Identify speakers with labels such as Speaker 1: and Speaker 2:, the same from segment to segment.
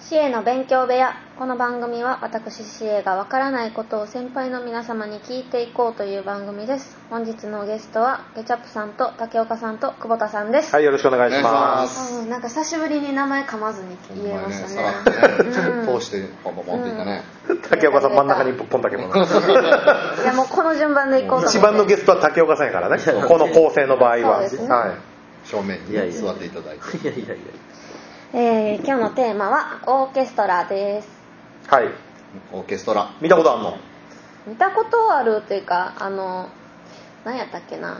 Speaker 1: シエの勉強部屋この番組は私シエがわからないことを先輩の皆様に聞いていこうという番組です本日のゲストはケチャップさんと竹岡さんと久保田さんです、
Speaker 2: はい、よろしくお願いします。
Speaker 1: うんなんか久しぶりに名前噛まずに言えました
Speaker 3: さら
Speaker 1: ね
Speaker 3: っとね、
Speaker 1: うん
Speaker 3: 通してポンポンポンっていったね、
Speaker 2: 竹岡さん真ん中に一本だけも。
Speaker 1: いやもうこの順番でいこうと思って
Speaker 2: 一番のゲストは竹岡さんやからね。この構成の場合は。
Speaker 1: そうですね
Speaker 2: はい。
Speaker 3: 正面に
Speaker 4: いやいや
Speaker 3: 座っていただいて
Speaker 4: いやいやいや
Speaker 1: えー今日のテーマはオーケストラです
Speaker 2: はい。
Speaker 3: オーケストラ
Speaker 2: 見たことあんの
Speaker 1: 見たことあるっていうかあの何やったっけな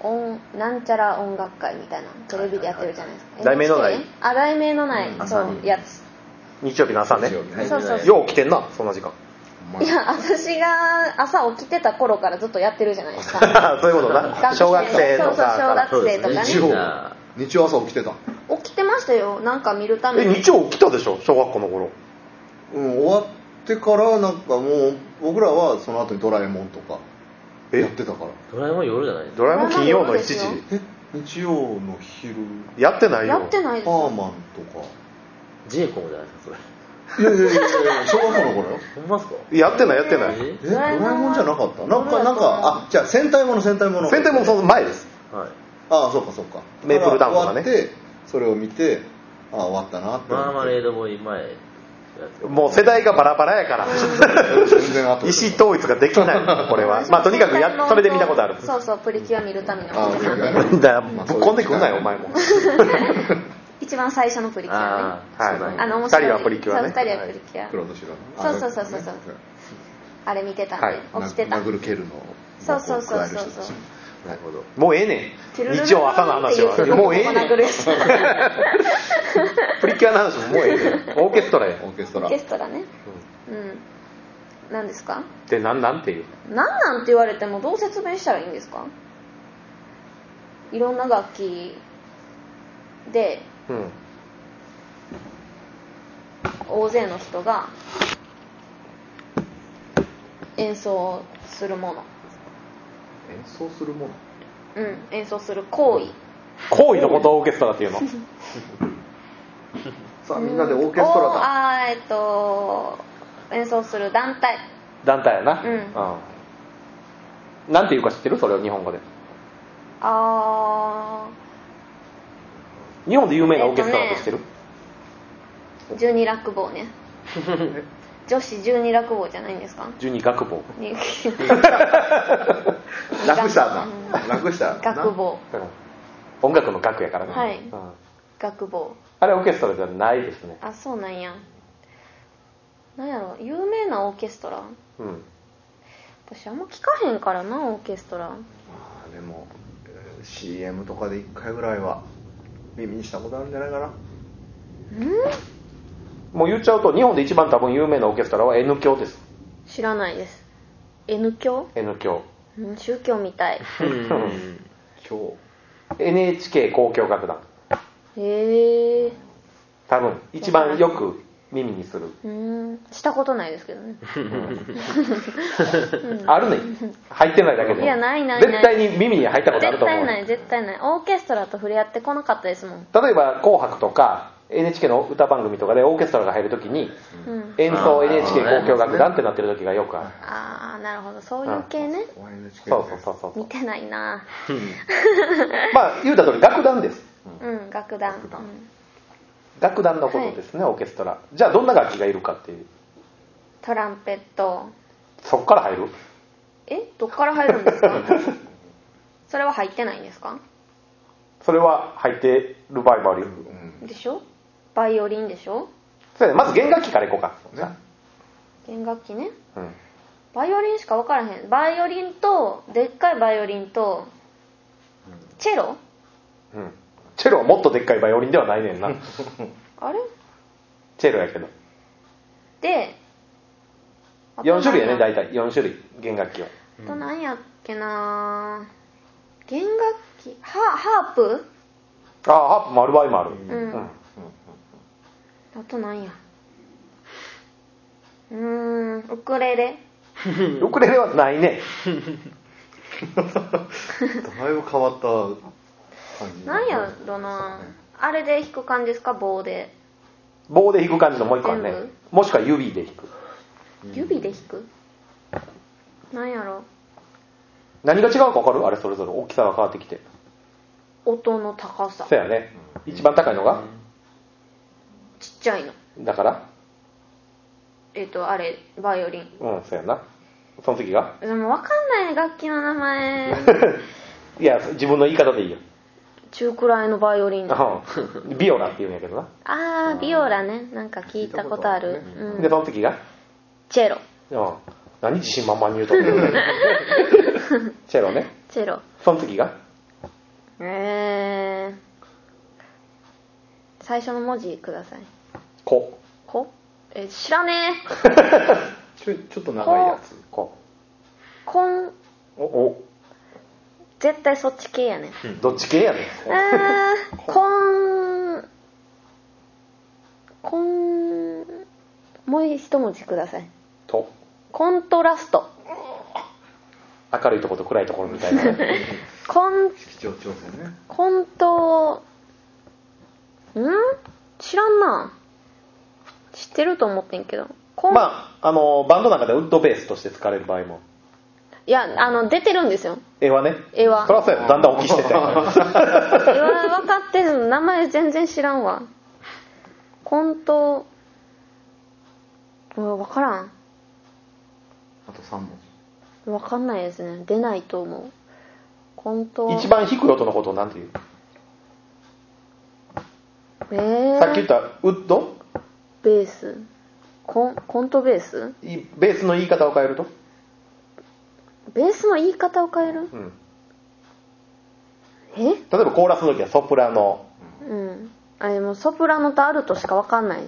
Speaker 1: 音なんちゃら音楽会みたいなテレビでやってるじゃないですか
Speaker 2: 題名のない
Speaker 1: NHK あ題名のない、
Speaker 3: うん
Speaker 1: そ
Speaker 4: 朝
Speaker 1: う
Speaker 4: に
Speaker 1: やつ
Speaker 2: 日曜日の朝ね
Speaker 3: 日。曜日ね
Speaker 1: そうそうそう
Speaker 2: よう来てんな、そんな時間。
Speaker 3: ほんま
Speaker 1: い
Speaker 3: に
Speaker 1: や私が朝起きてた頃からずっとやってるじゃないです か
Speaker 2: そういうことな。
Speaker 1: 生
Speaker 2: 小学生のさ
Speaker 1: そうそう小学
Speaker 2: か
Speaker 1: 生とかね
Speaker 3: 日曜日曜朝起きてた、
Speaker 1: 起きてましたよなんか見るた
Speaker 2: ら。
Speaker 1: め
Speaker 2: え、
Speaker 1: に
Speaker 2: 日曜来たでしょ小学校の頃。
Speaker 3: うん、終わってからなんかもう僕らはその後にドラえもんとか
Speaker 2: え
Speaker 3: やってたから
Speaker 4: ドラえもん夜じゃない
Speaker 2: ドラえもん金曜の1時
Speaker 1: ドラえもん。
Speaker 3: え日曜の昼
Speaker 2: やってないよ。
Speaker 1: やってないです
Speaker 3: パー
Speaker 1: よ
Speaker 3: マンとか
Speaker 4: ジェイコムじゃないですか
Speaker 3: いやいやいやいや小学校の頃よ
Speaker 4: それほんまっすか
Speaker 2: やってない、やってない。
Speaker 4: え
Speaker 3: えドラえもんじゃなかったなんか
Speaker 1: ドラ
Speaker 3: なん
Speaker 1: えもん
Speaker 3: かあじゃあ戦隊もの戦隊もの
Speaker 2: 先手もその前です。
Speaker 4: はい
Speaker 3: ああそうかそうか
Speaker 2: メープルダウンとかね
Speaker 3: 終わってそれを見てああ終わったなって思って
Speaker 4: マーマレードボーイ前やつ
Speaker 2: もう世代がバラバラやから。
Speaker 3: 全然後
Speaker 2: 意思統一ができない、これは。まあ、とにかくや、それで見たことある。
Speaker 1: そうそうプリキュア見るために起き
Speaker 3: あ
Speaker 1: てたんで
Speaker 3: プリキュア ね
Speaker 2: だからぶっ込んでくんなよ、お前も。
Speaker 1: 一番最初のプリキュアね
Speaker 4: あー
Speaker 2: は
Speaker 4: そうだ
Speaker 2: い。
Speaker 4: ね
Speaker 1: あの面白い
Speaker 2: 二人はプリキュアね。
Speaker 1: そう二人はプリキュア、
Speaker 3: 黒と白
Speaker 1: そうそうそうそうそうあれ見てたんで、
Speaker 3: はい
Speaker 1: 起きてた
Speaker 3: 殴る蹴るの
Speaker 1: そうそうそうそう
Speaker 3: こ加える人たち
Speaker 4: なるほど
Speaker 2: もうええねん。日曜朝の話は。もうええねん。プリキュアの話ももうええねん。 オーケストラや。
Speaker 3: オーケスト
Speaker 1: オー
Speaker 3: ラ
Speaker 1: ケストラねうん何ですか
Speaker 2: で、なんなんていう。
Speaker 1: 何なんて言われてもどう説明したらいいんですかいろんな楽器で
Speaker 2: うん。
Speaker 1: 大勢の人が演奏するもの
Speaker 3: 演奏するも
Speaker 1: う
Speaker 3: の
Speaker 1: ん演奏する行為
Speaker 2: 行為のことをオーケストラっていうの。
Speaker 3: さあみんなでオーケストラだ
Speaker 1: ああーえっと演奏する団体
Speaker 2: 団体やな。
Speaker 1: うん
Speaker 2: うん。なんていうか知ってるそれを日本語で。
Speaker 1: あ
Speaker 2: 日本で有名なオーケストラって知ってる
Speaker 1: あ十二落語 ね女子十二落語じゃないんですか
Speaker 2: 十二学坊。
Speaker 1: に
Speaker 3: 楽した
Speaker 1: うん
Speaker 3: な楽したな
Speaker 1: 学坊
Speaker 2: うん音楽の楽やからね。
Speaker 1: はい
Speaker 2: うん
Speaker 1: 学坊
Speaker 2: あれオーケストラじゃないですね。
Speaker 1: あそうなんやなんやろ有名なオーケストラ
Speaker 2: うん。
Speaker 1: 私あんま聞かへんからなオーケストラ
Speaker 3: まあでもえー CM とかで1回ぐらいは耳にしたことあるんじゃないかな
Speaker 2: もう言っちゃうと、日本で一番多分有名なオーケストラは N 響です。
Speaker 1: 知らないです N 教
Speaker 2: N 響。
Speaker 1: うん宗教みた い
Speaker 4: うん
Speaker 3: 今
Speaker 2: NHK 交響楽団。
Speaker 1: へえ
Speaker 2: 多分、一番よく耳にする。
Speaker 1: うんしたことないですけどね
Speaker 2: あるね入ってないだけで
Speaker 1: いやないないない
Speaker 2: 絶対に耳に入ったこと あ
Speaker 1: 絶
Speaker 2: ると思う
Speaker 1: 対ない絶対ないオーケストラと触れ合ってこなかったですもん、
Speaker 2: 例えば「紅白」とか NHK の歌番組とかでオーケストラが入るときに
Speaker 1: うん、
Speaker 2: 演奏
Speaker 4: あー
Speaker 2: NHK 交響楽団ってなってる時がよくある
Speaker 1: ああなるほどそういう系ね
Speaker 3: 日は NHK
Speaker 2: そうそうそうそう
Speaker 1: 見てないな
Speaker 2: まあ言うた通り楽団です
Speaker 1: うん楽団
Speaker 3: 楽団
Speaker 1: うん
Speaker 2: 楽団のことですね、オーケストラじゃあどんな楽器がいるかっていう
Speaker 1: トランペット
Speaker 2: そっから入る
Speaker 1: えどっから入るんですかそれは入ってないんですか
Speaker 2: それは入ってる場合もあるよ
Speaker 3: うん
Speaker 1: でしょバイオリンでしょ
Speaker 2: そうやねまず弦楽器からいこうか
Speaker 3: ね
Speaker 1: 弦楽器ね
Speaker 2: うん
Speaker 1: バイオリンしか分からへんバイオリンとでっかいバイオリンとチェロ
Speaker 2: うんチェロはもっとでっかいバイオリンではないねん な
Speaker 1: あれ
Speaker 2: チェロやけど
Speaker 1: であと
Speaker 2: 4種類やね
Speaker 1: 何
Speaker 2: 大体4種類弦楽器は
Speaker 1: あと何やっけな弦楽器ハハープ
Speaker 2: ああハープもある場合もある、
Speaker 1: んあと何やうーんウクレレ
Speaker 2: うんウクレレはないね
Speaker 3: だいぶ変わった感じ
Speaker 1: 何やろなあれで弾く感じですか棒で
Speaker 2: 棒で弾く感じのもう一個あるね
Speaker 1: 全
Speaker 2: もしくは指で弾く
Speaker 1: 指で弾くなんやろ
Speaker 2: 何が違うか分かるあれそれぞれ大きさが変わってきて
Speaker 1: 音の高さ
Speaker 2: そうやね一番高いのが
Speaker 1: ちっちゃいの
Speaker 2: だから
Speaker 1: えっ、とあれバイオリン
Speaker 2: うんそうやなその次が
Speaker 1: でも分かんない楽器の名前
Speaker 2: いや自分の言い方でいいよ
Speaker 1: 中くらいのバイオリンあ
Speaker 2: うんビオラって言うんやけどな
Speaker 1: あービオラねなんか聞いたことある
Speaker 3: 聞いた
Speaker 1: うん
Speaker 2: でその次が
Speaker 1: チェロ
Speaker 2: うん何自信満々に言うとんね んチェロね
Speaker 1: チェロ
Speaker 2: その次が
Speaker 1: えー、最初の文字ください
Speaker 2: 「こ
Speaker 1: こえ知らねえ」
Speaker 3: ちょちょっと長いやつ
Speaker 2: 「こ
Speaker 1: こん」
Speaker 2: おお
Speaker 1: 絶対そっち系やね
Speaker 2: どっち系やねん
Speaker 1: えー、こんこんもう一文字ください
Speaker 2: 「と
Speaker 1: コントラスト」
Speaker 2: 明るいところと暗いところみたいなね
Speaker 1: コン
Speaker 3: 色調調整ね
Speaker 1: コントん知らんな知ってると思ってんけどコン、
Speaker 2: まああのバンドなんかでウッドベースとして使われる場合も
Speaker 1: いやあの出てるんですよ
Speaker 2: 絵はね
Speaker 1: 絵は
Speaker 2: そらそうやろだんだん大きしてたよね
Speaker 1: えわ分かってる名前全然知らんわコントうわ分からん
Speaker 3: あと3文
Speaker 1: 分かんないですね出ないと思うコント
Speaker 2: 一番低い音のことをなんて言う
Speaker 1: え
Speaker 2: さっき
Speaker 1: ー、
Speaker 2: 言ったウッド
Speaker 1: ベースコンコントベース
Speaker 2: いベースの言い方を変えると
Speaker 1: ベースの言い方を変える
Speaker 2: うん
Speaker 1: え
Speaker 2: 例えばコーラスの時はソプラノ
Speaker 1: うんあでもソプラノとアルトしか分かんない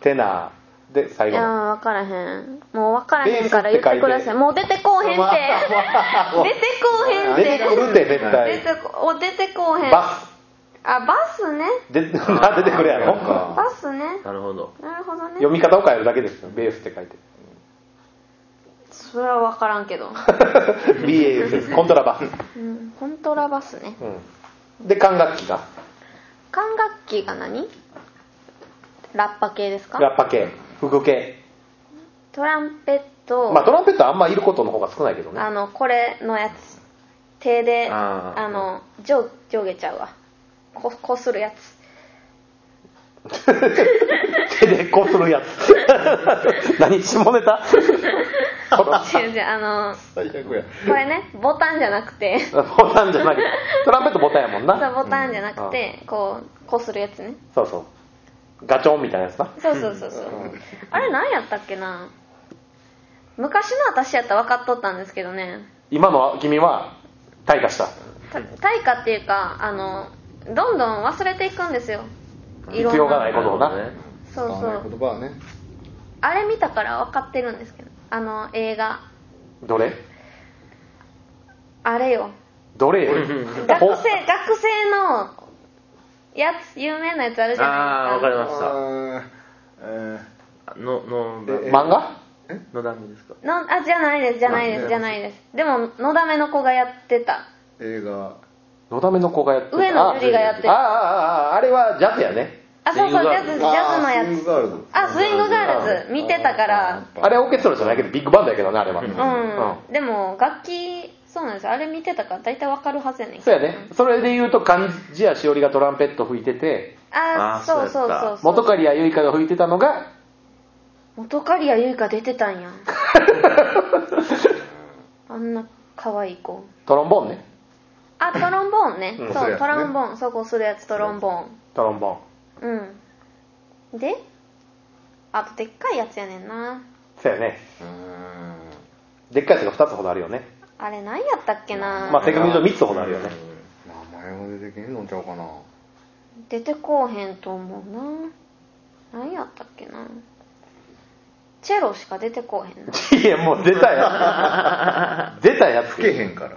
Speaker 2: テナーで最
Speaker 1: い
Speaker 2: 後
Speaker 1: や
Speaker 2: の
Speaker 1: ー分からへんもう分からへんから言ってくだ
Speaker 2: ベースって書い
Speaker 1: さ
Speaker 2: て
Speaker 1: いもう出てこうへんって出てこうへんって
Speaker 2: 出てくるって絶
Speaker 1: 出
Speaker 2: 対
Speaker 1: てこお出てこうへん
Speaker 2: バス
Speaker 1: あバスね
Speaker 2: でなんで出てくるやろ
Speaker 3: なんか
Speaker 1: バスね
Speaker 4: なるほど。
Speaker 1: なるほど
Speaker 2: 読
Speaker 1: ね
Speaker 2: み方を変えるだけですよベースって 書いて
Speaker 1: それは分からんけ ど、
Speaker 2: BAS ですコントラバス、
Speaker 1: うん、コントラバスね
Speaker 2: うん、で管楽器が
Speaker 1: 管楽器が何ラッパ系です
Speaker 2: ラ
Speaker 1: か
Speaker 2: ッパ系副系
Speaker 1: トランペット、
Speaker 2: まあトランペットはあんまいることの方が少ないけどね
Speaker 1: あのこれのやつ手であ
Speaker 4: あー
Speaker 1: の上上下ちゃうわここうするやつ
Speaker 2: 手でこうするや つ何下ネタ
Speaker 1: 違う違うあの
Speaker 3: 最悪や
Speaker 1: これねボタンじゃなくて
Speaker 2: ボタンじゃないトランペットボタンやもん
Speaker 1: そ
Speaker 2: な
Speaker 1: うボタンじゃなくて、こうこうするやつね
Speaker 2: そうそうガチョンみたいなやつな
Speaker 1: そうそうそうそうあれ何やったっけな昔の私やったら分かっとったんですけどね
Speaker 2: 今の君は退化した
Speaker 1: た対価っていうかあのどんどん忘れていくんですよいろん
Speaker 2: 必要がない
Speaker 4: な
Speaker 2: こ
Speaker 4: る
Speaker 2: とを
Speaker 4: ほ
Speaker 2: な
Speaker 4: どね。
Speaker 1: そうそ
Speaker 3: 使わないう言葉はね
Speaker 1: あれ見たから分かってるんですけどあの映画
Speaker 2: どれ
Speaker 1: あれよ
Speaker 2: どれよ
Speaker 1: 学生
Speaker 2: ほ
Speaker 1: 学生のやつ有名なやつあるじゃ
Speaker 4: ああ、
Speaker 1: ない
Speaker 4: わかり
Speaker 1: で
Speaker 4: まし
Speaker 3: あーえ
Speaker 4: た。の、の、
Speaker 3: え
Speaker 2: 漫画
Speaker 4: のダメですか
Speaker 1: すかのあじゃないですじゃないですじゃないですでものだめの子がやってた
Speaker 3: ー映画
Speaker 2: のだめの子がやって
Speaker 1: 上野樹里がやってる
Speaker 2: ああああああれはジャズやね
Speaker 1: あそうそうジャズジャズの
Speaker 3: あ
Speaker 1: や
Speaker 3: ースイング
Speaker 1: つ
Speaker 3: ガールズ
Speaker 1: あスイングガールズ見てたから
Speaker 2: あれはオーケストラじゃないけどビッグバンドやけどねあれは
Speaker 1: うん、でも楽器そうなんですよあれ見てたから大体わかるはずやねんけど
Speaker 2: そうやねそれで言うと貫地谷しおりがトランペット吹いてて
Speaker 1: あー
Speaker 4: あー
Speaker 1: そうそ
Speaker 4: そううやった
Speaker 1: そうそう
Speaker 2: 元刈谷由香が吹いてたのが
Speaker 1: 元刈谷優香出てたんや あんな可愛い子
Speaker 2: トロンボーンね
Speaker 1: あトロンボーンね、
Speaker 2: うん
Speaker 1: そ
Speaker 3: そううやつ
Speaker 1: ト
Speaker 3: ね
Speaker 1: ロンボーンそうこうするやつトロンボーン
Speaker 2: トロンボーン
Speaker 1: うんであとでっかいやつやねんな
Speaker 2: そうやね
Speaker 3: うーん
Speaker 2: でっかいやつが2つほどあるよね
Speaker 1: あれ何やったっけな、
Speaker 2: まあ正確に言うと3つほどあるよね
Speaker 3: 名前は出てけんのちゃうかな
Speaker 1: 出てこうへんと思うな何やったっけなチェロしか出てこうへんない
Speaker 2: やもう出たや つ出たやつ
Speaker 3: 吹けへんから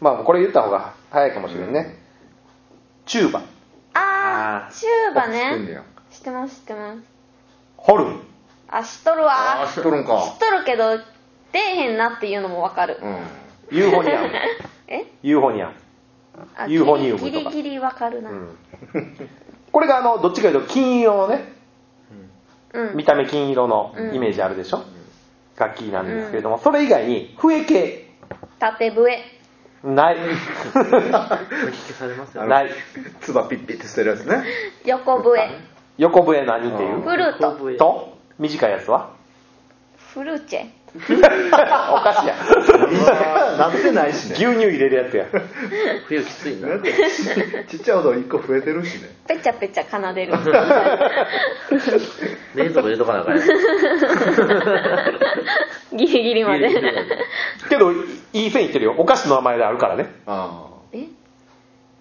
Speaker 2: まあこれ言った方が早いかもしれんねチューバ
Speaker 1: あ
Speaker 4: あ
Speaker 1: ー
Speaker 4: ー
Speaker 1: チューバ
Speaker 3: 知ってんね
Speaker 1: ね
Speaker 3: や
Speaker 1: 知ってます知ってます
Speaker 2: ホルン
Speaker 1: あ知っとるわ
Speaker 3: あ知っとるん
Speaker 1: 知
Speaker 3: か
Speaker 1: っとるけど出えへんなっていうのもわかる、
Speaker 3: うん
Speaker 2: ユーフォニアム
Speaker 1: え
Speaker 2: ユーフォニアム
Speaker 1: あ
Speaker 2: ユーフォニウムとか
Speaker 1: ギリギリわかるな、
Speaker 2: うんこれがあのどっちかというと金色のね
Speaker 1: うん
Speaker 2: 見た目金色の
Speaker 1: うん
Speaker 2: イメージあるでしょ、楽器なんですけれども、それ以外に笛系
Speaker 1: 縦笛
Speaker 2: ない
Speaker 4: お聞きされますよね
Speaker 2: ない
Speaker 3: つばピッピって捨てるやつね
Speaker 1: 横笛
Speaker 2: 横笛何っていう
Speaker 1: フルート
Speaker 4: 後笛
Speaker 2: と短いや つは
Speaker 1: フルーチェ
Speaker 2: おかしいや
Speaker 3: なってないし
Speaker 2: 牛
Speaker 3: ね
Speaker 2: 乳入れるやつや
Speaker 4: 冬きついな
Speaker 3: だってちちっちゃいほど1個増えてるしね
Speaker 1: ペチャペチャ奏 でる
Speaker 4: 冷蔵庫入れとかなあかんやん
Speaker 1: ギリギリ まで
Speaker 4: ギリギリまで
Speaker 2: けどいい線いってるよお菓子の名前であるからね
Speaker 3: あ
Speaker 1: え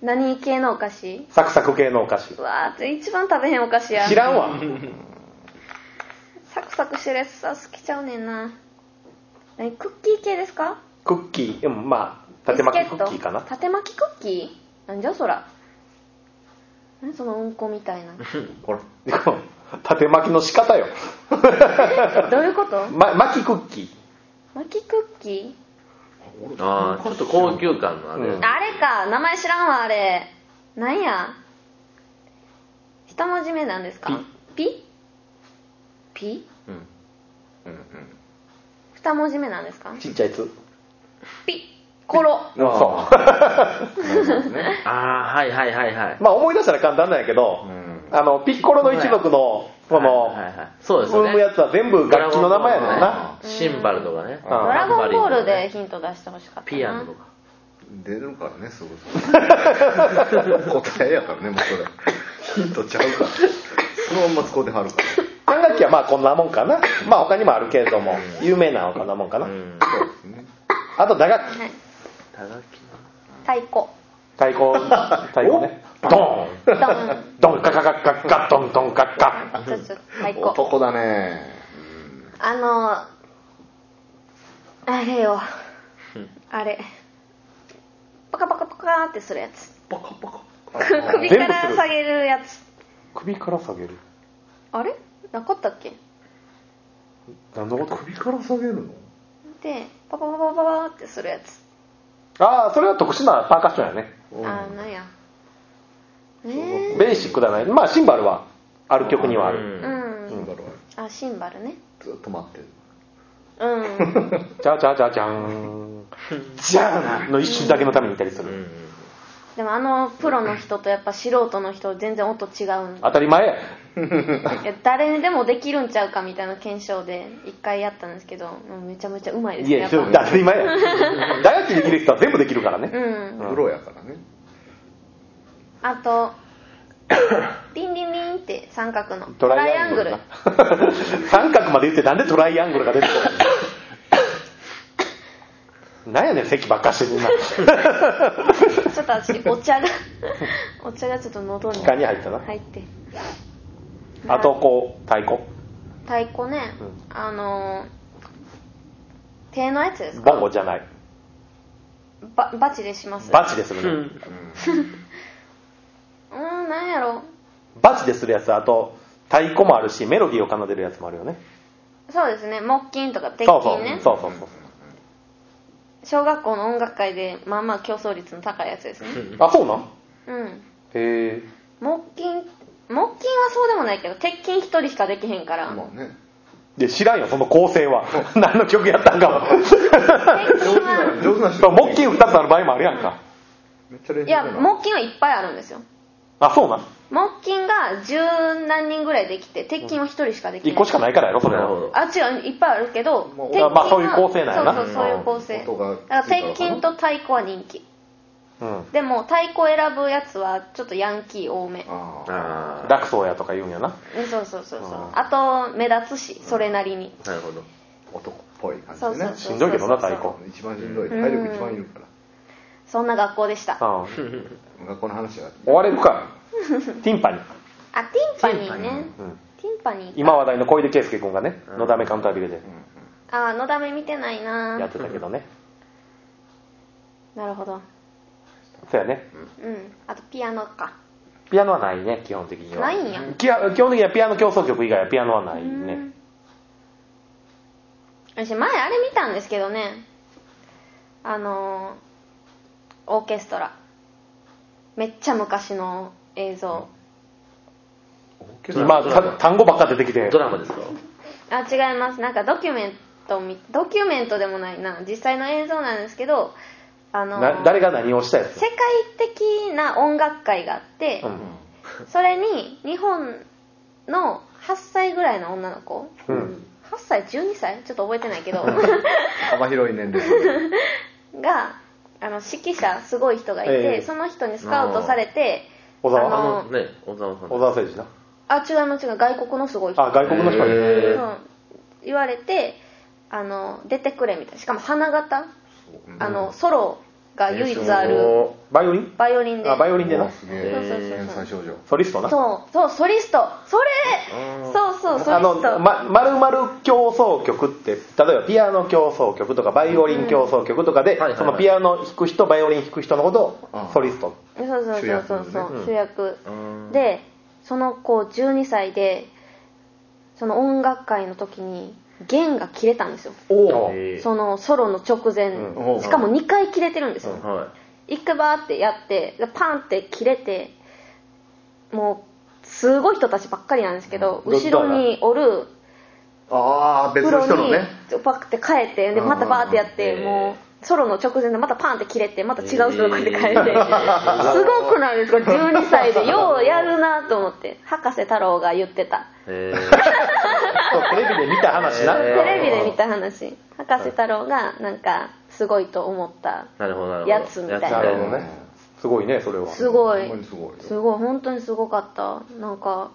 Speaker 1: 何系のお菓子
Speaker 2: サクサク系のお菓子
Speaker 1: うわー一番食べへんお菓子や
Speaker 2: 知らんわ
Speaker 1: サクサクしてるやつさ好きちゃうねんな何クッキー系ですか
Speaker 2: クッキーうんまあ縦巻きクッキーかな
Speaker 1: ビスケット縦巻きクッキーなんじゃそら何そのうんこみた いな
Speaker 3: あほら
Speaker 2: でこの縦巻きの仕方よ、
Speaker 1: どういうこと
Speaker 2: ま、巻きクッキー
Speaker 1: 巻きクッキ
Speaker 4: ああちょっと高級感のあれ、
Speaker 2: う
Speaker 1: ー
Speaker 2: ん
Speaker 1: あれか名前知らんわあれなんや一文字目なんですかピピ
Speaker 4: うん
Speaker 1: 二文字目なんですか
Speaker 2: ちっちゃいやつ
Speaker 1: ピコロ
Speaker 2: そ
Speaker 3: そうね
Speaker 4: ああはいはいはいはいう
Speaker 2: まあ思い出したら簡単なんやけど、
Speaker 3: うん
Speaker 2: あのピッコロの一族のこの、
Speaker 4: はいはいはい、そうですよ
Speaker 2: 産む
Speaker 4: ね
Speaker 2: やつは全部楽器の名前やねんな
Speaker 4: シンバルとかね
Speaker 2: ん
Speaker 1: ド
Speaker 2: あ
Speaker 1: ラゴンボール
Speaker 4: タンバリ
Speaker 1: で
Speaker 4: ンとか
Speaker 1: ヒント
Speaker 4: ね
Speaker 1: 出してほしかったな
Speaker 4: ピアノとか
Speaker 3: 出るからねすご い答えやからねもうそれヒントちゃうからそのまんま使うてはるから
Speaker 2: 管楽器はまあこんなもんかなまあ他にもあるけれども有名なのはこんなもんかな、
Speaker 4: うん
Speaker 3: そうですね
Speaker 2: あと打楽器
Speaker 1: はい
Speaker 4: 打楽器
Speaker 1: 太鼓
Speaker 2: 太 鼓太鼓ねド
Speaker 1: ド
Speaker 2: ーン
Speaker 1: ン
Speaker 2: ドンカカカカカドンドンカカ
Speaker 1: ちょっと太鼓
Speaker 3: 男だね
Speaker 1: あのあれよあれパカパカパカーってするやつ
Speaker 4: ポコポコ
Speaker 1: く首
Speaker 2: 全
Speaker 1: か
Speaker 2: 部す
Speaker 1: ら
Speaker 2: る
Speaker 1: 下げるやつ
Speaker 2: 首から下げる
Speaker 1: あれなかったっけ
Speaker 2: 何のこと
Speaker 3: 首から下げるの
Speaker 1: でパパパパパパってするやつ
Speaker 2: ああそれは特殊なパーカッションやね
Speaker 1: あーなんやえー、
Speaker 2: ベーシックではないまあシンバルはある曲にはある、
Speaker 1: う
Speaker 4: うん
Speaker 1: ん、
Speaker 3: なんだろう
Speaker 1: あシンバル ね
Speaker 3: ずっと待ってる
Speaker 1: うん
Speaker 2: じゃじゃじゃじゃー んじゃーんの一瞬だけのためにいたりする、
Speaker 4: うん
Speaker 1: でもあのプロの人とやっぱ素人の人全然音違うん
Speaker 2: 当たり前や
Speaker 1: いや誰でもできるんちゃうかみたいな検証で一回やったんですけどうんめちゃめちゃうまいです
Speaker 2: い
Speaker 1: ね
Speaker 2: や
Speaker 1: やっ
Speaker 2: 当
Speaker 1: ぱ
Speaker 2: たり前や打楽器できる人は全部できるからね、
Speaker 1: うん
Speaker 2: うん
Speaker 3: プロやからね
Speaker 1: あとリンリンリンって三角の
Speaker 2: トライアングル
Speaker 1: トライア
Speaker 2: な三角まで言ってなんでトライアングルが出てこないなんやねん席ばっかしてみんな
Speaker 1: ングルちょっと私お 茶がお茶がちょっと喉に
Speaker 2: 機械に入ったな
Speaker 1: 入って
Speaker 2: あとこう太鼓
Speaker 1: 太鼓ね、
Speaker 2: う
Speaker 1: あのー手のやつですか
Speaker 2: ボンゴじゃない
Speaker 1: ババチでします
Speaker 2: バチでする
Speaker 4: う
Speaker 2: ね
Speaker 4: ん
Speaker 1: うーんなんやろ
Speaker 2: バチでするやつあと太鼓もあるしメロディーを奏でるやつもあるよね
Speaker 1: そうですね木琴とか鉄
Speaker 2: そうそ
Speaker 1: 琴ね
Speaker 2: うそうそうそう
Speaker 1: 小学校の音楽会でまあまあ競争率の高いやつですね
Speaker 2: あそうなん
Speaker 1: うん
Speaker 2: へえ
Speaker 1: 木琴木琴はそうでもないけど鉄琴一人しかできへんから、
Speaker 3: まあね
Speaker 2: で知らんよその構成は何の曲やったんかも
Speaker 1: 鉄琴は
Speaker 3: 上手な
Speaker 2: そ
Speaker 3: 人
Speaker 2: う木琴2つある場合もあるやんか
Speaker 3: めっちゃ練習
Speaker 1: い や
Speaker 3: してるな
Speaker 1: 木琴はいっぱいあるんですよ
Speaker 2: あそうなん
Speaker 1: 木琴が十何人ぐらいできて鉄筋は一人しかできない
Speaker 2: 1個しかないからやろそれ
Speaker 4: なるほ
Speaker 2: は
Speaker 4: ど
Speaker 1: あ違ういっぱいあるけど
Speaker 3: まあ
Speaker 1: 鉄筋は
Speaker 2: まあそういう構成なんやな
Speaker 1: そうそうそういう構成
Speaker 3: うん音が
Speaker 1: だから鉄筋と太鼓は人気
Speaker 2: うん
Speaker 1: でも太鼓選ぶやつはちょっとヤンキー多め
Speaker 3: ああ
Speaker 4: あ
Speaker 2: 楽そうやとか言うんやな
Speaker 1: うんそうそうそうそう
Speaker 2: あ
Speaker 1: あと目立つしそれなりに
Speaker 4: あなるほど
Speaker 3: 男っぽい感じ
Speaker 1: そう
Speaker 3: で
Speaker 1: そう
Speaker 3: ね
Speaker 1: そう
Speaker 2: しんどいけどな太鼓
Speaker 3: 一番しんど
Speaker 1: う
Speaker 3: い
Speaker 1: ん
Speaker 3: 体力一番いるから
Speaker 1: そんな学校でしたあ
Speaker 2: うん
Speaker 3: 学校の話は
Speaker 2: 終われるかティンパ
Speaker 1: ティ
Speaker 2: ニー、
Speaker 1: ンパニーね
Speaker 2: うん
Speaker 1: ティンパニーか
Speaker 2: 今話題の小出圭介君がね「
Speaker 4: うん
Speaker 2: のだめカンタービレ」で
Speaker 1: ああのだめ見てないな
Speaker 2: やってたけどね
Speaker 1: なるほど
Speaker 2: そうやね
Speaker 1: うんあとピアノか
Speaker 2: ピアノはないね基本的には
Speaker 1: ないんや
Speaker 2: きや基本的にはピアノ競争曲以外はピアノはない
Speaker 1: うん
Speaker 2: ね
Speaker 1: 私前あれ見たんですけどねあのーオーケストラめっちゃ昔の映像
Speaker 3: けど
Speaker 2: 今
Speaker 4: ドラマ
Speaker 2: た単語ばっか出てきて
Speaker 4: ドラマですか
Speaker 1: あ違いますなんかドキュメントみドキュメントでもないな実際の映像なんですけどあの
Speaker 2: な誰が何をしたやつ
Speaker 1: 世界的な音楽会があって、
Speaker 2: うん
Speaker 1: それに日本の8歳ぐらいの女の子
Speaker 2: う
Speaker 4: うん
Speaker 1: 8歳12歳ちょっと覚えてないけど
Speaker 3: 幅広い年齢で
Speaker 1: があの指揮者すごい人がいて、
Speaker 2: ええ
Speaker 1: その人にスカウトされて
Speaker 2: 小
Speaker 1: あ
Speaker 2: 沢
Speaker 1: の
Speaker 4: あのね小沢さん
Speaker 2: 小沢誠二な
Speaker 1: あ違います違う外国のすごい人
Speaker 2: あ外国の人に
Speaker 4: へー
Speaker 1: うん言われてあの出てくれみたいなしかも花形、 あのソロが唯一ある
Speaker 4: お
Speaker 2: バイオリン
Speaker 1: バイオリンで
Speaker 2: あバイオ
Speaker 3: オ
Speaker 2: リンでな
Speaker 3: すげ
Speaker 1: そう
Speaker 3: え
Speaker 1: そうそう
Speaker 3: 天
Speaker 1: そう
Speaker 3: 才少女
Speaker 2: ソリストな
Speaker 1: そうそうソリストそれ
Speaker 4: うん
Speaker 1: そうそうソ
Speaker 2: あ
Speaker 1: リ
Speaker 2: の
Speaker 1: スト、
Speaker 2: ままるまる競争曲って例えばピアノ競争曲とかバイオリン競争曲とかで、
Speaker 4: うんはいはいはい
Speaker 2: そのピアノ弾く人バイオリン弾く人のこと
Speaker 3: あ
Speaker 2: をソリスト
Speaker 1: そうそうそうそうそう主
Speaker 2: 主
Speaker 1: 役,、
Speaker 4: うん
Speaker 1: でその子12歳でその音楽会の時に弦が切れたんですよ
Speaker 2: お
Speaker 4: へー
Speaker 1: そのソロの直前、
Speaker 2: う
Speaker 1: しかも2回切れてるんですよ、
Speaker 4: は
Speaker 1: 一回バーってやってでパンって切れてもうすごい人たちばっかりなんですけど、
Speaker 2: うん
Speaker 1: 後ろにおる
Speaker 3: ああ別
Speaker 1: プ
Speaker 3: の
Speaker 1: ロ
Speaker 3: 人の
Speaker 1: に
Speaker 3: ね
Speaker 1: バッて変えてで
Speaker 3: うん
Speaker 1: またバーってやって、
Speaker 4: うんうん
Speaker 1: もうソロの直前でまたパンって切れてまた違う人の声で 変えて、
Speaker 4: えー
Speaker 1: すごくないですか12歳 でようやるなと思って博士太郎が言ってた、
Speaker 4: いへ
Speaker 2: そうテレビで見た話な、
Speaker 4: えー
Speaker 1: テレビで見た話博士太郎がなんかすごいと思った
Speaker 4: ーなるほどなるほど
Speaker 1: やつみたいな
Speaker 4: やつ
Speaker 2: なるほどねすごいねそれは
Speaker 1: すご
Speaker 3: ほん
Speaker 1: い
Speaker 3: まにすごいよ
Speaker 1: すごい本当にすごかったなんか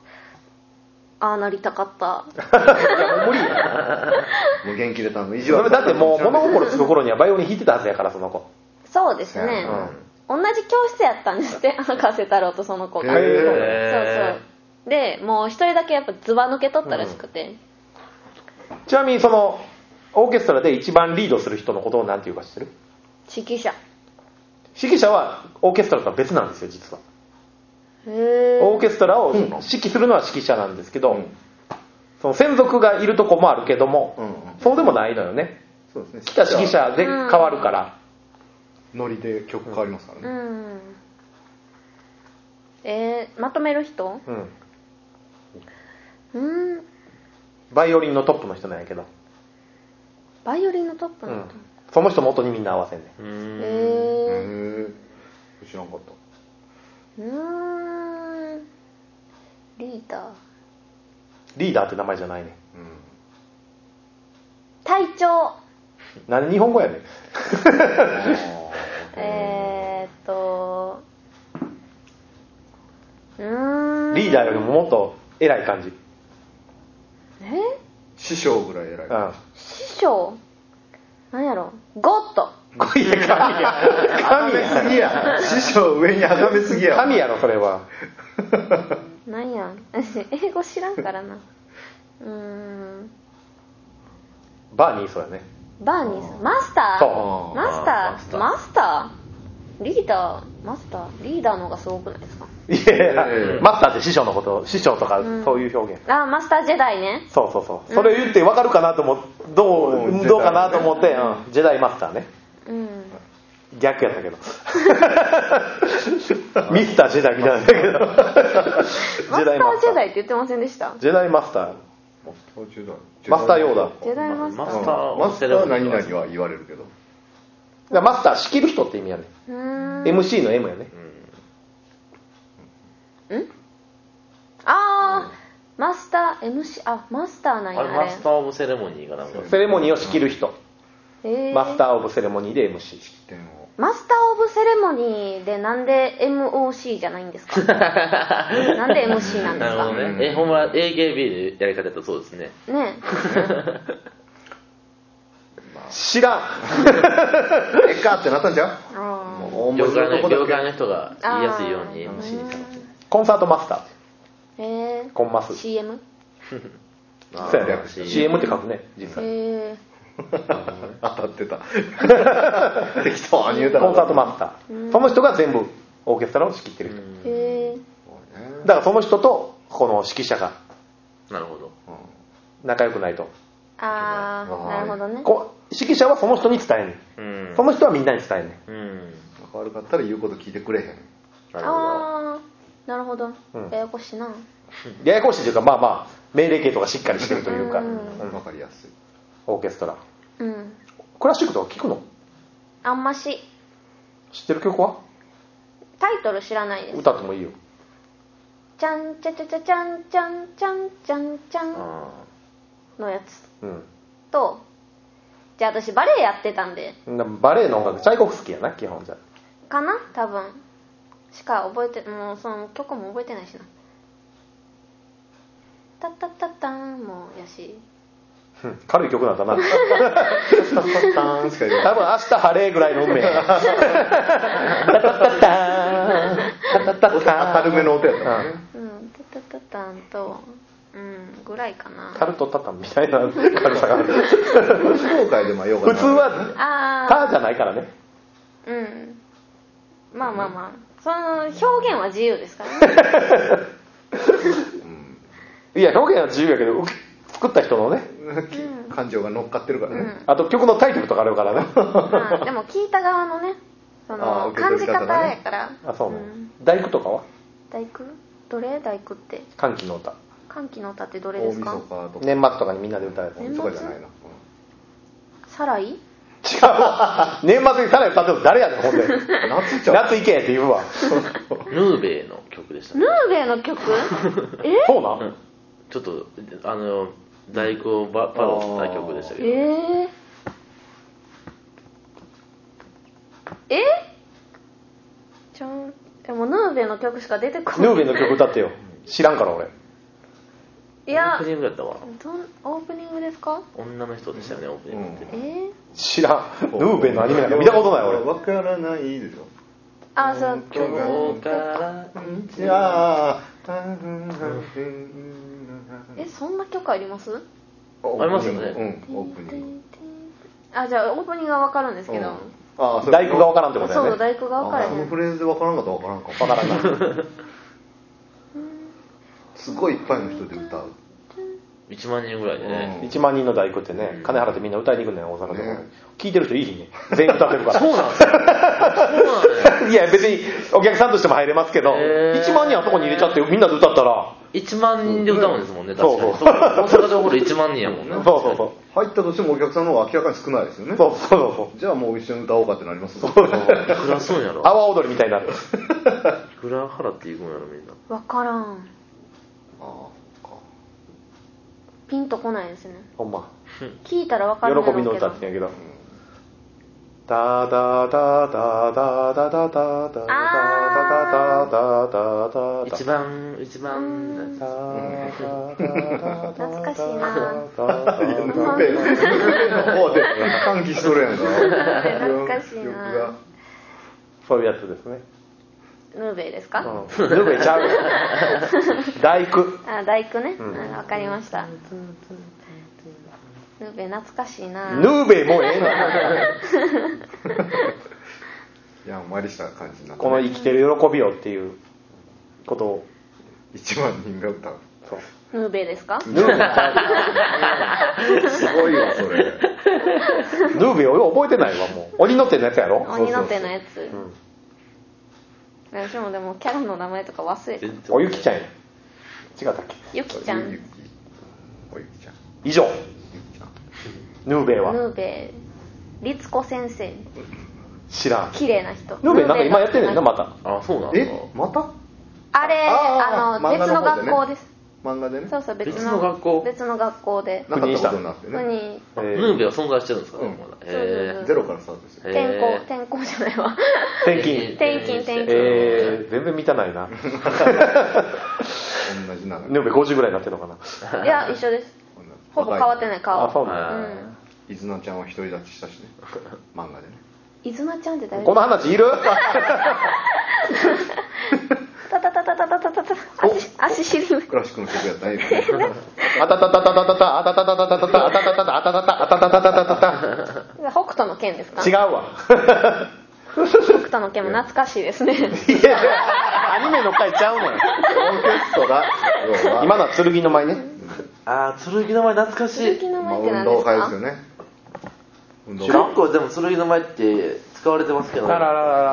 Speaker 1: ああなりたかった
Speaker 2: いやもう無理や
Speaker 3: もう元気でたの意地
Speaker 2: それ
Speaker 3: 悪
Speaker 2: だってもう物心つく頃にはバイオリン弾いてたはずやからその子
Speaker 1: そうです
Speaker 3: そうや
Speaker 1: ね
Speaker 3: な、
Speaker 1: 同じ教室やったんですって博士太郎とその子が、
Speaker 2: へー
Speaker 1: そうそうでもう一人だけやっぱずば抜けとったらしくて、
Speaker 2: ちなみにそのオーケストラで一番リードする人のことを何て言うか知ってる
Speaker 1: 指揮者
Speaker 2: 指揮者はオーケストラとは別なんですよ実は
Speaker 1: へえ
Speaker 2: オーケストラを
Speaker 3: うん
Speaker 2: 指揮するのは指揮者なんですけど、
Speaker 3: うん
Speaker 2: その専属がいるとこもあるけども、
Speaker 3: うんうん
Speaker 2: そうでもないのよね
Speaker 3: そうですね
Speaker 2: 来た指揮者で変わるから、
Speaker 3: ノリで曲変わりますから
Speaker 1: う
Speaker 3: ね
Speaker 1: んえー、まとめる人
Speaker 2: うん
Speaker 1: うん
Speaker 2: バイオリンのトップの人なんやけど、
Speaker 1: バイオリンのトップ
Speaker 2: う
Speaker 1: の
Speaker 2: ん、その人元にみんな合わせんね
Speaker 4: う
Speaker 1: 人、
Speaker 4: ん
Speaker 1: へえ
Speaker 3: へえ知らんかった
Speaker 1: うーんリーダー
Speaker 2: リーダーって名前じゃないね
Speaker 3: うん
Speaker 1: 隊長
Speaker 2: なんで日本語 やねん
Speaker 1: えー、っとうーん
Speaker 2: リーダーよりももっと偉い感じ、う
Speaker 1: え
Speaker 3: 師匠ぐらい偉い
Speaker 2: ん、
Speaker 1: 師匠なんやろゴッド
Speaker 2: いや神や
Speaker 3: あがめすぎや師匠上にあがめすぎや
Speaker 2: 神やろそれは
Speaker 1: なんや 英語知らんからなうーん
Speaker 2: バーニーそうやね
Speaker 1: バーニーさんマスター
Speaker 2: そ
Speaker 1: マスター
Speaker 4: あー
Speaker 1: マスターリーダーマスターリーダーの方がすごくないですか
Speaker 2: ういやいや
Speaker 3: ええ
Speaker 2: マスターって師匠のこと師匠とか
Speaker 1: うん
Speaker 2: そういう表現、
Speaker 1: あーマスタージェダイね
Speaker 2: そうそうそうそれ言って分かるかなと思ってどう、
Speaker 3: うん
Speaker 2: どうかなと思って、うんジェダイマスターね
Speaker 1: うん
Speaker 2: 逆やったけどミスタージェダイみたいなんだけ ど
Speaker 1: マスタージェダ
Speaker 2: イ
Speaker 1: イって言ってませんでした
Speaker 2: ジェダイマスター
Speaker 3: マスター中だ
Speaker 2: マスターヨーダ
Speaker 1: ジェダイマスタ
Speaker 4: マス
Speaker 1: ー
Speaker 4: タ
Speaker 3: うんマスター何々は言われるけど
Speaker 2: だからマスター仕切る人って意味やね、
Speaker 1: うーん
Speaker 2: MC の M やね
Speaker 1: んああ、マスター MC あマスターなんや
Speaker 4: あ
Speaker 1: あ
Speaker 4: れ
Speaker 1: れ
Speaker 4: マスター・オブ・セレモニーがなんか
Speaker 2: セレモニーを仕切る人、
Speaker 1: へー
Speaker 2: マスターオブセレモニーで MC
Speaker 3: 点を
Speaker 1: マスターオブセレモニーでなんで MOC じゃないんです かなんで MC なんで
Speaker 4: な
Speaker 1: す
Speaker 4: る
Speaker 1: か
Speaker 4: ほど
Speaker 1: ね
Speaker 4: ねえほんま AKB でやり方だとそうですね
Speaker 2: 知らん
Speaker 3: えっかってなったんじゃう
Speaker 1: あ
Speaker 3: もう
Speaker 4: 業界の業界
Speaker 3: け
Speaker 4: の人が言いやすいように MC にしたの
Speaker 2: コンサートマスター
Speaker 1: ーへえ
Speaker 2: コンマス
Speaker 1: CM
Speaker 4: あー
Speaker 2: そうやね
Speaker 4: CM
Speaker 2: CM って書くね実際
Speaker 1: へえ
Speaker 3: 当たってた適当に言うたら
Speaker 2: コンサートマスターその人が全部オーケストラを仕切ってる人
Speaker 1: へえ
Speaker 3: そうね
Speaker 2: だからその人とこの指揮者が
Speaker 4: なるほど
Speaker 3: うん
Speaker 2: 仲良くないと
Speaker 1: ああなるほどね
Speaker 2: こう指揮者はその人に伝えんね
Speaker 4: うん
Speaker 2: んその人はみんなに伝えんねん
Speaker 4: うん
Speaker 3: 仲悪かったら言うこと聞いてくれへん
Speaker 4: なるほど
Speaker 1: あなるほど、
Speaker 2: うん
Speaker 1: ややこしいな
Speaker 2: ややこしいというかまあまあ命令系とかしっかりしてるというか、
Speaker 1: うん
Speaker 2: うん
Speaker 3: わかりやすい
Speaker 2: オーケストラ
Speaker 1: うん
Speaker 2: クラシックとか聞くの
Speaker 1: あんまし
Speaker 2: 知ってる曲は
Speaker 1: タイトル知らないです
Speaker 2: 歌ってもいいよ
Speaker 1: ちゃんちゃちゃちゃちゃんちゃんちゃんちゃんちゃん
Speaker 4: あ
Speaker 1: のやつ
Speaker 2: うん
Speaker 1: とじゃあ私バレエやってたんで
Speaker 2: なバレエの音楽チャイコフスキーやな基本じゃ
Speaker 1: かな多分しか覚えてもうその曲も覚えてないしな「タッタッタッタン」もやし
Speaker 2: うん軽い曲なんだな多分
Speaker 3: 確か
Speaker 2: 明
Speaker 3: に
Speaker 2: 日晴れぐらいの運命やなタタタタンタタタタン
Speaker 3: 明るめの音やったもんね
Speaker 1: うん「タッタッタッタン」とうんぐらいかな
Speaker 2: タルトタタンみたいな軽さがある
Speaker 3: 運動会で迷うか
Speaker 2: 普
Speaker 3: な
Speaker 2: 通は「
Speaker 1: ああ
Speaker 2: タ」じゃないからね
Speaker 1: うんまあまあまあその表現は自由ですからね
Speaker 3: うん
Speaker 2: いや表現は自由やけどう作った人のね
Speaker 3: 感情が乗っかってるからね、
Speaker 2: あと曲のタイトルとかあるからね
Speaker 1: まあでも聞いた側のねそ
Speaker 3: あー
Speaker 1: の
Speaker 3: 受け
Speaker 1: 感
Speaker 3: 取
Speaker 1: じ
Speaker 3: り
Speaker 1: 方
Speaker 3: 方ね
Speaker 1: やから
Speaker 2: あそうね
Speaker 1: ん
Speaker 2: 大工とかは
Speaker 1: 大工どれ大工って
Speaker 2: 歓喜の歌
Speaker 1: 歓喜の歌ってどれ
Speaker 3: 大
Speaker 1: です
Speaker 3: 晦
Speaker 1: か
Speaker 3: 日とか、
Speaker 2: 年末とかにみんなで歌えた
Speaker 1: 年
Speaker 2: 違う
Speaker 1: 末
Speaker 3: とかじゃないな、
Speaker 1: サライ
Speaker 2: 年末にさらに歌ってるの誰やねんほんで
Speaker 3: うん夏ちゃう
Speaker 2: 夏行けって言うわ
Speaker 4: あヌーベイの曲でした
Speaker 1: ヌーベイの 曲え
Speaker 2: そうなん
Speaker 4: ちょっとあの大工をパパロった曲でしたけど、
Speaker 1: えー、えちょんでもヌーベイの曲しか出てこない
Speaker 2: ヌーベンの曲歌ってよ知らんから俺
Speaker 1: いや
Speaker 4: オープニングだったわ
Speaker 1: どんオープニングですか
Speaker 4: 女の人でしたよねオープニングって、
Speaker 1: えー、
Speaker 2: 知らんヌーベンのアニメなんか見たことない俺
Speaker 3: わからないでしょ
Speaker 1: あそう
Speaker 3: 本当
Speaker 1: 曲
Speaker 4: ここから
Speaker 3: いや
Speaker 1: えそんな曲あります
Speaker 4: ありますよね
Speaker 3: うんオープニング
Speaker 1: あじゃあオープニングは分かるんですけど、
Speaker 3: うんあ
Speaker 2: 大工が分
Speaker 3: か
Speaker 2: からんってことや
Speaker 1: そう
Speaker 2: ね
Speaker 1: 大工が分からへ
Speaker 3: そのフ
Speaker 1: ん
Speaker 3: レーズで分からんかったら分からんかも
Speaker 2: 分からんな
Speaker 3: すごいいっぱいの人で歌う
Speaker 4: 1万人ぐらいでね、
Speaker 2: 1万人の大工ってね金払ってみんな歌いに行くんだよ大阪でも
Speaker 3: ね
Speaker 2: 聞いてる人いいひんね全員歌ってるから
Speaker 4: そうなんですよそうなんですよ
Speaker 2: いや別にお客さんとしても入れますけど、
Speaker 4: へー
Speaker 2: 1万人はとこに入れちゃってみんなで歌ったら
Speaker 4: 1万人で歌うんですもんね、確かに。
Speaker 2: そうそう
Speaker 4: 大阪城ホール1万人やもんね。
Speaker 2: そう そうそう
Speaker 3: 入ったとしてもお客さんの方が明らかに少ないですよね
Speaker 2: そうそうそ
Speaker 3: じゃあもう一緒に歌おうかってなりますもん
Speaker 2: うそう
Speaker 4: いくらすんやろ
Speaker 2: 阿波踊りみたいになる
Speaker 4: いくら払っていくんやろ、みんな。
Speaker 1: 分からん
Speaker 3: ああそっか
Speaker 1: ピンとこないですね
Speaker 2: ほんま
Speaker 1: 聞いたら分
Speaker 2: 喜
Speaker 1: かるんだろ
Speaker 2: びの
Speaker 1: うけ
Speaker 2: 歌
Speaker 1: ど
Speaker 2: ってんやけど「ダダダダダダダダダダダダダダダダダ
Speaker 4: 一番、一番、
Speaker 1: 懐かしいな
Speaker 3: ヌーベイヌーベイの方で歓喜しとるやんか
Speaker 1: 懐かしい
Speaker 3: 欲
Speaker 1: な
Speaker 3: が
Speaker 2: そういうやつですね
Speaker 1: ヌーベイですか、
Speaker 2: うん脱ぐいちゃうよ大工
Speaker 1: あ大工ね、
Speaker 2: ん
Speaker 1: うん、分かりましたヌーベイ懐かしいな
Speaker 2: ヌーベイもうええな
Speaker 3: やんわりした感じになって
Speaker 2: この生きてる喜びよっていうことを
Speaker 3: 1万人が歌う
Speaker 2: そう
Speaker 1: ヌーベイですか
Speaker 2: ヌーベイちゃうよ
Speaker 3: すごいわそれ
Speaker 2: ヌーベイ俺覚えてないわもう鬼の手のやつやろ
Speaker 1: 鬼の手のやつ
Speaker 2: うん
Speaker 1: 私もでもキャラの名前とか忘れて
Speaker 4: 全然
Speaker 2: おゆきちゃんや違ったっけ
Speaker 1: ゆきちゃん
Speaker 3: ゆ
Speaker 1: ヌ
Speaker 3: きおゆきちゃん
Speaker 2: 以上
Speaker 3: ゆきちゃん
Speaker 2: ヌーベイは
Speaker 1: ーベイ律子先生
Speaker 2: 知らん
Speaker 1: 綺麗な人
Speaker 2: ヌーベイなんか今やってんねんなま
Speaker 1: た
Speaker 2: た
Speaker 4: あ、そうなんだ。
Speaker 3: えまた
Speaker 1: あれあの
Speaker 3: あー漫画
Speaker 1: 別の
Speaker 3: の方で
Speaker 1: 学
Speaker 3: ね
Speaker 1: 校です
Speaker 3: 漫画でね
Speaker 1: そうそう別の
Speaker 4: 別の学校
Speaker 1: 別の学校で
Speaker 3: なかったことになって
Speaker 1: 普通
Speaker 3: ね
Speaker 1: に
Speaker 2: え
Speaker 4: ヌ
Speaker 2: ー
Speaker 4: ーベは存在してるんですか
Speaker 3: う
Speaker 4: ね、
Speaker 3: ん
Speaker 4: まだ。
Speaker 1: そうそう
Speaker 4: へ
Speaker 1: そ
Speaker 3: ゼロからスタートです
Speaker 4: え
Speaker 1: 転
Speaker 3: よ
Speaker 1: 校転校じゃない わ
Speaker 2: 転勤
Speaker 1: 転勤転勤
Speaker 2: えー全然満たないな
Speaker 3: 同じなの
Speaker 2: ヌーベイ50ぐらいになってるのかない
Speaker 1: や一緒ですほぼ変わって
Speaker 3: い
Speaker 1: ない
Speaker 2: あ
Speaker 1: 顔
Speaker 2: そうなんや
Speaker 1: うん
Speaker 3: 伊豆菜ちゃんは独り立ちしたしね漫画でね
Speaker 1: 伊豆なちゃんって誰
Speaker 2: この話いる
Speaker 1: タタタタタタタタタ足足しりめ
Speaker 3: クラシックの曲やったらいいよね
Speaker 2: あたたたたたたたあたたたたたたたあたたたたたたたたたたたたた
Speaker 1: 北斗の剣ですか
Speaker 2: 違うわ
Speaker 1: 北斗の剣も懐かしいですね
Speaker 2: いやいやアニメの回ちゃうの よ
Speaker 3: オーケストラ要は
Speaker 2: 今のは剣の舞ね
Speaker 4: あー、剣の前懐かし
Speaker 1: 鈴
Speaker 4: い。
Speaker 1: 木の
Speaker 3: まあ
Speaker 1: 前って
Speaker 3: 運
Speaker 1: 何で
Speaker 3: 動
Speaker 1: す
Speaker 3: 会です
Speaker 1: か
Speaker 3: よね運動
Speaker 4: 結
Speaker 3: 会
Speaker 4: 構でも剣の前って使われてますけど
Speaker 2: ララララララララ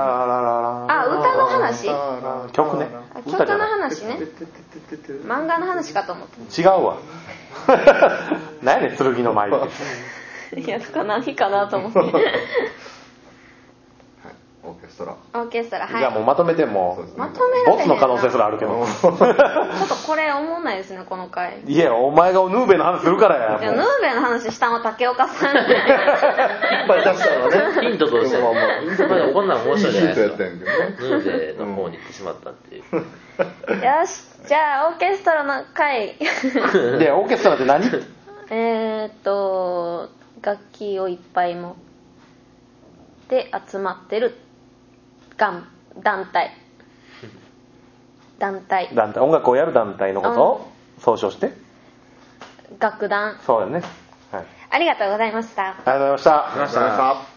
Speaker 1: あ歌の話
Speaker 3: あ
Speaker 2: 曲ね
Speaker 1: あ京
Speaker 4: 歌じ
Speaker 1: 都
Speaker 4: ゃ
Speaker 1: の
Speaker 4: ない
Speaker 1: 話ね漫画の話かと思っ
Speaker 2: 違うわ 何やねん剣の舞って
Speaker 1: ていやだから何かなと思って
Speaker 3: はい、オーケストラ。
Speaker 1: オーケストラ
Speaker 2: じゃあも
Speaker 1: は
Speaker 2: うまとめても
Speaker 3: そうです
Speaker 1: い
Speaker 3: ね
Speaker 1: まとめられ
Speaker 2: ボ
Speaker 1: へ
Speaker 2: ツ
Speaker 1: ん
Speaker 2: の可能性すらある けど
Speaker 1: ちょっとこれ思わないですねこの回
Speaker 2: いやお前がヌーベの話するから
Speaker 1: じゃあ
Speaker 2: や
Speaker 1: ヌ
Speaker 2: もう
Speaker 1: ーベの話したの竹岡さんは
Speaker 3: 引っ張り出したのはね。
Speaker 4: ヒントとして、
Speaker 3: まあ
Speaker 4: ま
Speaker 3: まあ
Speaker 4: だこんなん面白いじゃない
Speaker 3: ヒント
Speaker 4: で
Speaker 3: や っ
Speaker 4: すか
Speaker 3: たん。やけどね。
Speaker 4: ヌーベの方に行ってしまったっていう。
Speaker 1: よしじゃあオーケストラの回
Speaker 2: でオーケストラって何
Speaker 1: えーっと楽器をいっぱい持って集まってるがん団体団体
Speaker 2: 団体音楽をやる団体のことを総称して
Speaker 1: 楽団
Speaker 2: そうだねはい
Speaker 1: ありがとうございました
Speaker 2: ありがとうございました
Speaker 3: ありがとうございました。